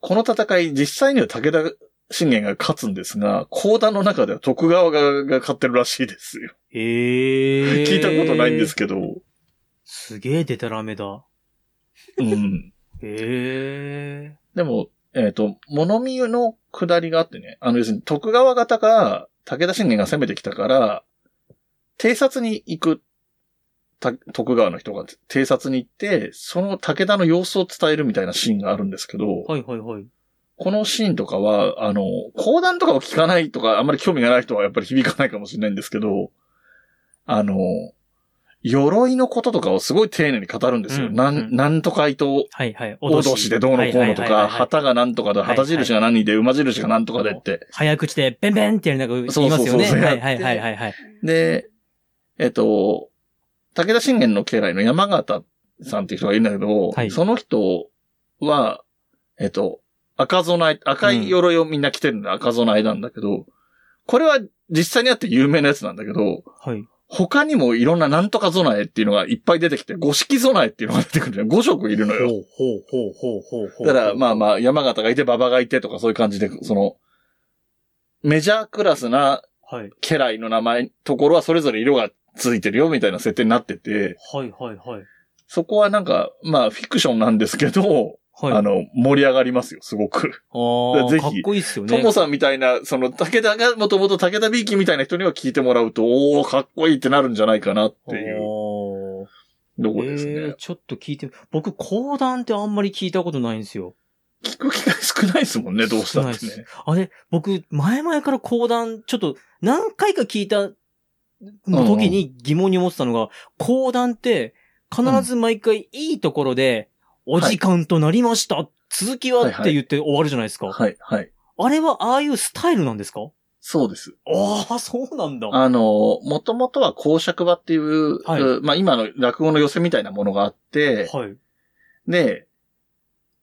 この戦い、実際には武田信玄が勝つんですが、講談の中では徳川がが勝ってるらしいですよ。
へえ。
聞いたことないんですけど、
すげえデタラメだ。
うん。
へえ。
でも、えっ、と、物見湯の下りがあってね、あの、要するに徳川方が武田信玄が攻めてきたから、偵察に行く、た徳川の人が偵察に行って、その武田の様子を伝えるみたいなシーンがあるんですけど、
はいはいはい。
このシーンとかは、あの、講談とかを聞かないとか、あんまり興味がない人はやっぱり響かないかもしれないんですけど、あの、鎧のこととかをすごい丁寧に語るんですよ。
うん
な
うん
ん、なんとか伊藤
はいはい。
おどしでどうのこうのと
はいはいはい
か、
はい
旗がなんとかで、
はいはい
旗印が何で、馬印がなんとかでって。
早口で、ベンベンってやりながら言いますよね。
そうそうそう
はいはいはいはいはい。
で、えっと、武田信玄の家来の山形さんっていう人がいるんだけど、
はい
その人は、えっと、赤備え、赤い鎧をみんな着てるんで赤備えなんだけど、これは実際にあって有名なやつなんだけど、
はい。
他にもいろんななんとか備えっていうのがいっぱい出てきて、五色備えっていうのが出てくるんだよ。5色いるのよ。
うほうほうほうほうほ
だから、まあ
あ。
まあ、山形がいて、馬場がいてとかそういう感じで、その、メジャークラスな
はい。
家来の名前、ところはそれぞれ色がついてるよみたいな設定になってて、
はいはいはい。
そこはなんか、まあ、フィクションなんですけど、
はい。
あの、盛り上がりますよ、すごく。
ああ、
ぜひ
かっこいいっすよ
と
ね。
もさんみたいな、その、武田が、もともと武田ビーキみたいな人には聞いてもらうと、おー、かっこいいってなるんじゃないかなっていう、
おー
とこです
えー
ね。
ちょっと聞いて、僕、講談ってあんまり聞いたことないんですよ。
聞く機会少ないですもんね、どうしたって
少ない
ね
で。あれ、僕、前々から講談、ちょっと何回か聞いた時に疑問に思ってたのが、講談って必ず毎回いいところで、お時間となりました、続きは
はい
っ
はい
て言って終わるじゃないですか。
はい、はい。
あれはああいうスタイルなんですか
そうです。
ああ、そうなんだ。
あの、もともとは公爵場っていう、
はい
まあ今の落語の寄せみたいなものがあって、
はい。
で、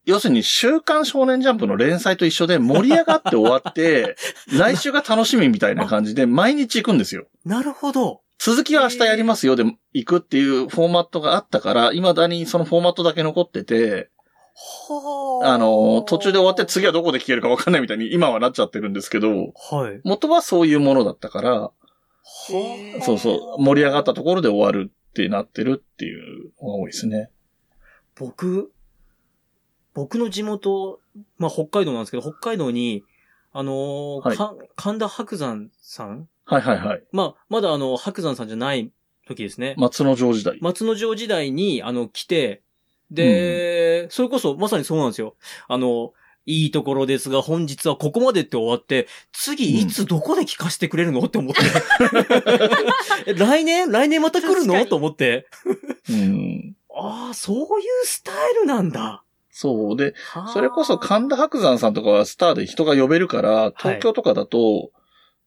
要するに週刊少年ジャンプの連載と一緒で盛り上がって終わって、来週が楽しみみたいな感じで毎日行くんですよ。
なるほど。
続きは明日やりますよで行くっていうフォーマットがあったから、未だにそのフォーマットだけ残ってて、
はあ。
あの、途中で終わって次はどこで聞けるかわかんないみたいに今はなっちゃってるんですけど、
はい。
元はそういうものだったから、
へー
そうそう。盛り上がったところで終わるってなってるっていうのが多いですね。
僕、僕の地元、まあ、北海道なんですけど、北海道に、あのー
はい
か神田白山さん
はいはいはい。
まあ、まだあの、白山さんじゃない時ですね。
松之丞時代。
松之丞時代に、あの、来て、で、それこそ、まさにそうなんですよ。あの、いいところですが、本日はここまでって終わって、次いつどこで聞かせてくれるのって思って。え 来年来年また来る
確か
の
に
と思って。
うん。
ああ、そういうスタイルなんだ。
そう。で、
はあ
それこそ神田伯山さんとかはスターで人が呼べるから、東京とかだと、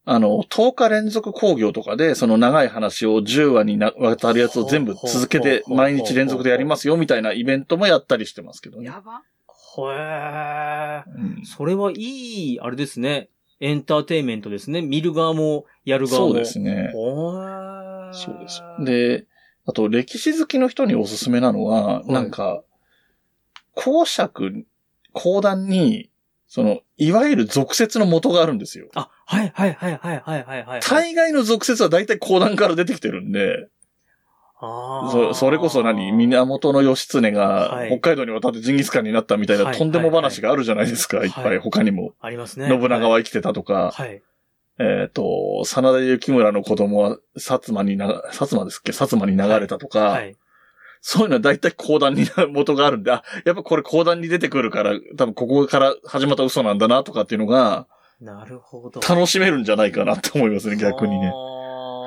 あの、10日連続興行とかで、その長い話を10話にな渡るやつを全部続けて、
ほうほうほうほう
毎日連続でやりますよみたいなイベントもやったりしてますけどね。
やば。
へえ。
うん
それはいい、あれですね。エンターテインメントですね。見る側も、やる側も。
そうですね。
へえ。
そうです。で、あと歴史好きの人におすすめなのは、
い
なんか、公爵、公団に、その、いわゆる俗説の元があるんですよ。
あ、はいはいはいはいはいはいはい。
大概の俗説は大体公団から出てきてるんで、
あー
そそれこそ何、源義経
は
が
い
北海道に渡ってジンギスカンになったみたい
は
ないとんでも話があるじゃないですか、
はいい
っ
はい
ぱい他にも。
ありますね。
信長は生きてたとか、
はい。
えっ、と、真田幸村の子供は薩摩にな、薩摩ですっけ薩摩に流れたとか、
はい。
そういうのは大体講談に元があるんで、あ、やっぱこれ講談に出てくるから、多分ここから始まった嘘なんだなとかっていうのが、
なるほど。
楽しめるんじゃないかなって思いますね、逆にね。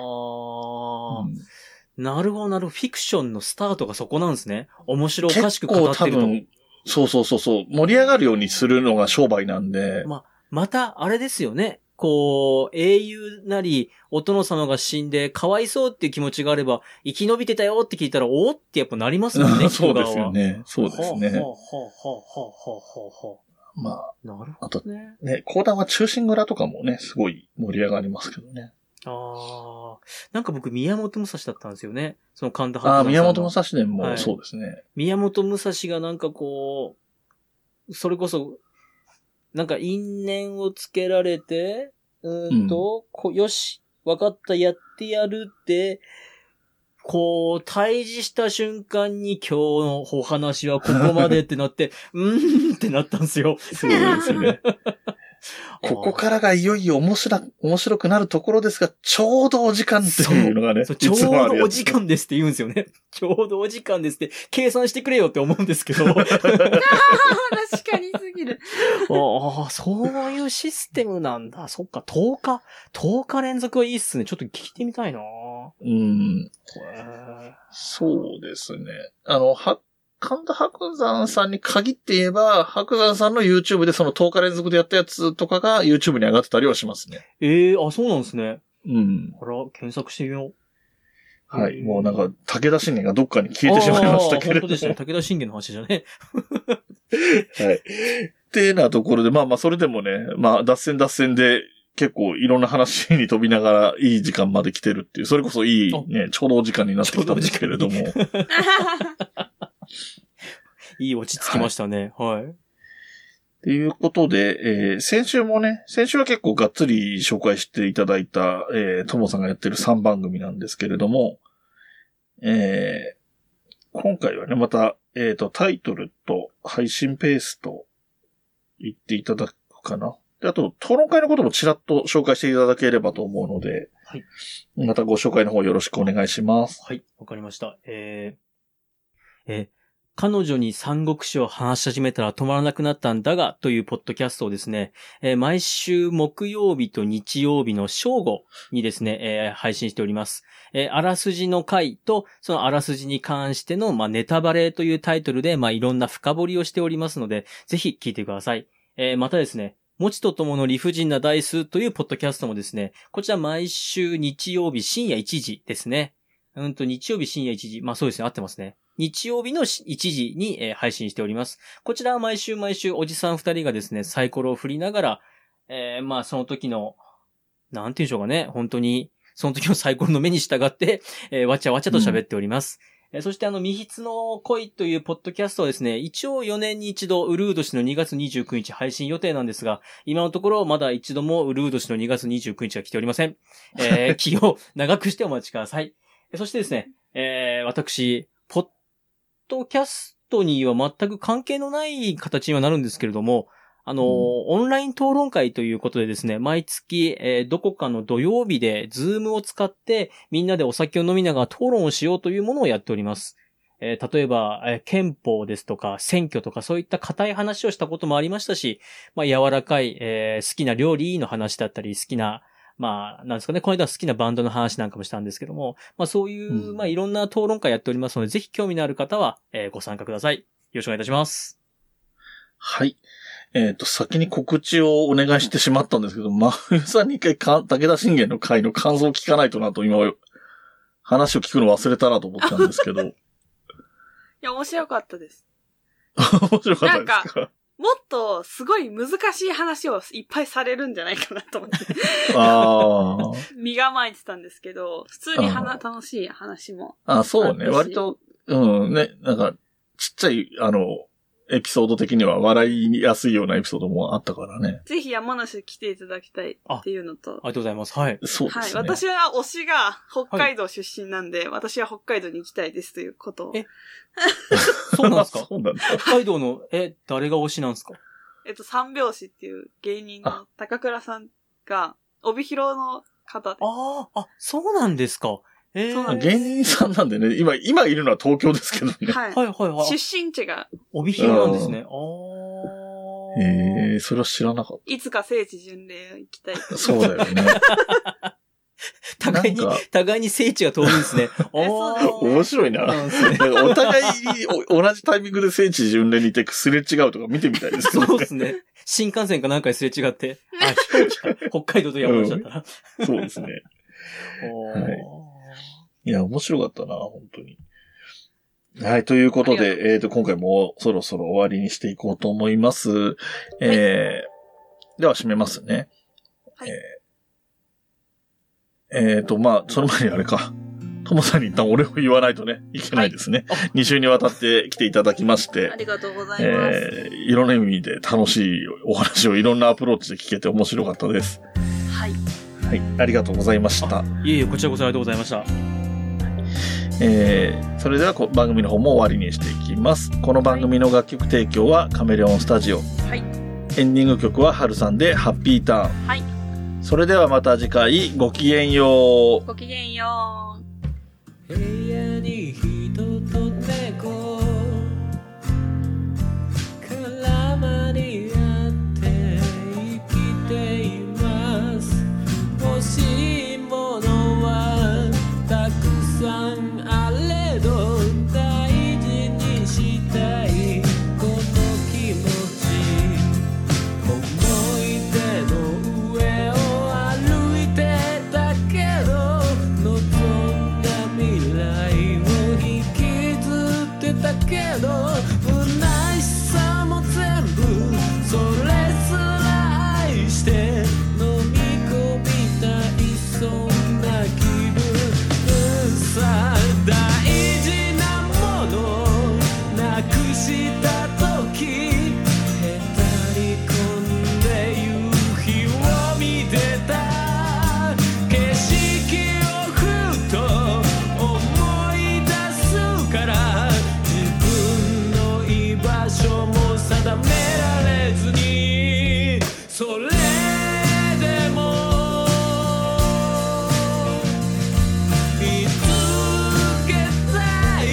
あー
うん
なるほど、なるほど。フィクションのスタートがそこなんですね。面白おかし
結
く語
構
って
多
ると。
分、そうそうそうそう、盛り上がるようにするのが商売なんで、
また、あれですよね。こう、英雄なり、お殿様が死んで、かわいそうっていう気持ちがあれば、生き延びてたよって聞いたら、おおってやっぱなりますもん ね、
そうです
人側
よ
は。
ね。そうですね。
ほうほうほうほうほうほうほ
まあ、
う。なる
あ
ほ
と
どね。
ね、講談は中心蔵とかもね、すごい盛り上がりますけどね。
ああ。なんか僕、宮本武蔵だったんですよね。その神田伯
ああ、
山さんの
宮本武蔵伝
は
も
い
そうですね。
宮本武蔵がなんかこう、それこそ、なんか因縁をつけられて、うーんと、こよし、わかった、やってやるって、こう、退治した瞬間に今日のお話はここまでってな って、うーんってなったんですよ。
そうですよね。 ここからがいよいよ面白面白くなるところですが、ちょうどお時間っていうのがね、
そう
い
ちょう
つもある
ど
や
お
つ
時間ですって言うんですよね。 ちょうどお時間ですって、計算してくれよって思うんですけど。
確かにすぎ る。
ああ、そういうシステムなんだ。そっか、10日、10日連続はいいっすね。ちょっと聞いてみたいな
うん。
へ
そうですね。あの、は、神田白山さんに限って言えば、白山さんの YouTube でその10日連続でやったやつとかが YouTube に上がってたりはしますね。
ええあ、そうなんですね。
うん。
あら、検索してみよう。
はい。
うん
もうなんか、武田信玄がどっかに消えてしまいましたけれ
あ
ど
ー本当
も。
ですね。武田信玄の話じゃね。
はい。ってなところで、まあまあ、それでもね、まあ、脱線脱線で、結構いろんな話に飛びながらいい時間まで来てるっていう、それこそいいね、ちょうどお時間になってきたんですけれども。
いい落ち着きましたね。はい。
ということで、えー先週もね、先週は結構がっつり紹介していただいた、えー、ともさんがやってる3番組なんですけれども、えー今回はね、また、えっ、と、タイトルと配信ペースと言っていただくかな。であと、討論会のこともちらっと紹介していただければと思うので、
はい
またご紹介の方よろしくお願いします。
はい、わかりました。えー、えー彼女に三国志を話し始めたら止まらなくなったんだが、というポッドキャストをですね、えー毎週木曜日と日曜日の正午にですね、えー配信しております。えーあらすじの回と、そのあらすじに関しての、まあ、ネタバレというタイトルで、まあ、いろんな深掘りをしておりますので、ぜひ聞いてください。えーまたですね、持ちとともの理不尽なダイスというポッドキャストもですね、こちら毎週日曜日深夜1時ですね。うんと、日曜日深夜1時。まあそうですね、合ってますね。日曜日のし1時に、えー配信しております。こちらは毎週毎週おじさん2人がですね、サイコロを振りながら、えーまあその時の、なんていうんでしょうかね、本当に、その時のサイコロの目に従って、えーわちゃわちゃと喋っております。えーそしてあの、未筆の恋というポッドキャストはですね、一応4年に一度、ウルード氏の2月29日配信予定なんですが、今のところまだ一度もウルード氏の2月29日は来ておりません。 えー気を長くしてお待ちください。えそしてですね、えー私、ポッドキャストには全く関係のない形にはなるんですけれども、あのー
うん
オンライン討論会ということでですね、毎月、えーどこかの土曜日で、ズームを使って、みんなでお酒を飲みながら討論をしようというものをやっております。えー例えば、えー憲法ですとか、選挙とか、そういった硬い話をしたこともありましたし、まあ、柔らかい、えー好きな料理の話だったり、好きな、まあ、なんですかね、この間は好きなバンドの話なんかもしたんですけども、まあそういう、
うん
まあいろんな討論会やっておりますので、ぜひ興味のある方は、えーご参加ください。よろしくお願いいたします。
はい。えっ、と、先に告知をお願いしてしまったんですけど、 真冬さんに一回か、武田信玄の回の感想を聞かないとなと、今、話を聞くの忘れたなと思ったんですけど、面
いや、面白かったです。
白かったですか
もっと、すごい難しい話をいっぱいされるんじゃないかなと思っ て、
あ
身構えてたんですけど、普通に話、楽しい話も。
あ。あ、そうね。
私
割と、うん、ね、なんか、ちっちゃい、あの、エピソード的には笑いやすいようなエピソードもあったからね。
ぜひ山梨来ていただきたいっていうのと、
ありがとうございます。はい。
そうで
はい。
すね。
私は推しが北海道出身なんで、私は北海道に行きたいですということを。
えそうなんですか
そうなんだ。
北海道の、え、誰が推しなんですか
えっと、三拍子っていう芸人の高倉さんが、帯広の方で。
ああ、あ、そうなんですか。えー、
そうな
あ
んです
芸人さんなんでね、今、今いるのは東京ですけどね。
はい。
はいはいはい。
出身地が、
帯広なんですね。あ
おー
ええそれは知らなかっ
いつか聖地巡礼行きたい。
た。そうだよね。
互いに
なんか、
互いに聖地が遠いんです ね。おー
そうだね
面白いな。
なんですね。
なんかお互いお同じタイミングで聖地巡礼に行ってすれ違うとか見てみたいですね
そうですね。新幹線かなんかにすれ違って、あ、飛行機か。北海道と山口だったら。
そうですね。
お
は
ー
いいや、面白かったな、本当に。はい、ということ
ありが
で、えっ、と、今回もそろそろ終わりにしていこうと思います。えー、では締めますね。
はい
えっ、えーと、まあ、その前にあれか。ともさんに一旦俺を言わないとね、いけないですね。2週にわたって来ていただきまして
あ。りがとうございます。
えー、いろんな意味で楽しいお話をいろんなアプローチで聞けて面白かったです。
はい。
はい、ありがとうございました。
いえいえ、こちらこそありがとうございました。
えーそれではこ番組の方も終わりにしていきます。この番組の楽曲提供はカメレオンスタジオ。
はい。
エンディング曲はハルさんでハッピーターン。
はい。
それではまた次回ごきげんよう。
ごきげんよう。
部屋に人と猫絡まり合って生きています欲しいものはたくさんあれど大事にしたいこの気持ち思い出の上を歩いてたけど望んだ未来を引きずってたけど不悔しさも全部それすら愛して飲み込みたいそんな気分さ大事なものなくした時へたり込んで夕日を見てた景色をふと思い出すから自分の居場所も定められずにそれでも見つけたい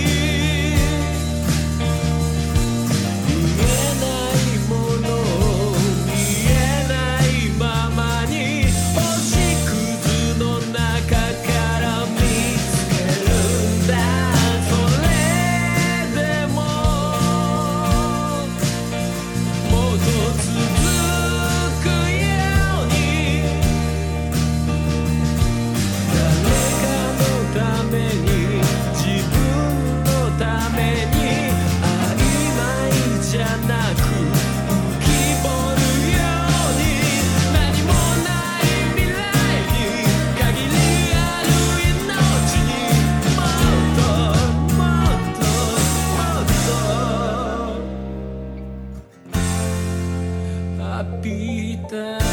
見えないもの見えないままに星屑の中から見つけるんだそれでももっと続くように誰かのために自分のために曖昧じゃなく浮き彫るように何もない未来に限りある命にもっともっともっとハッピーターン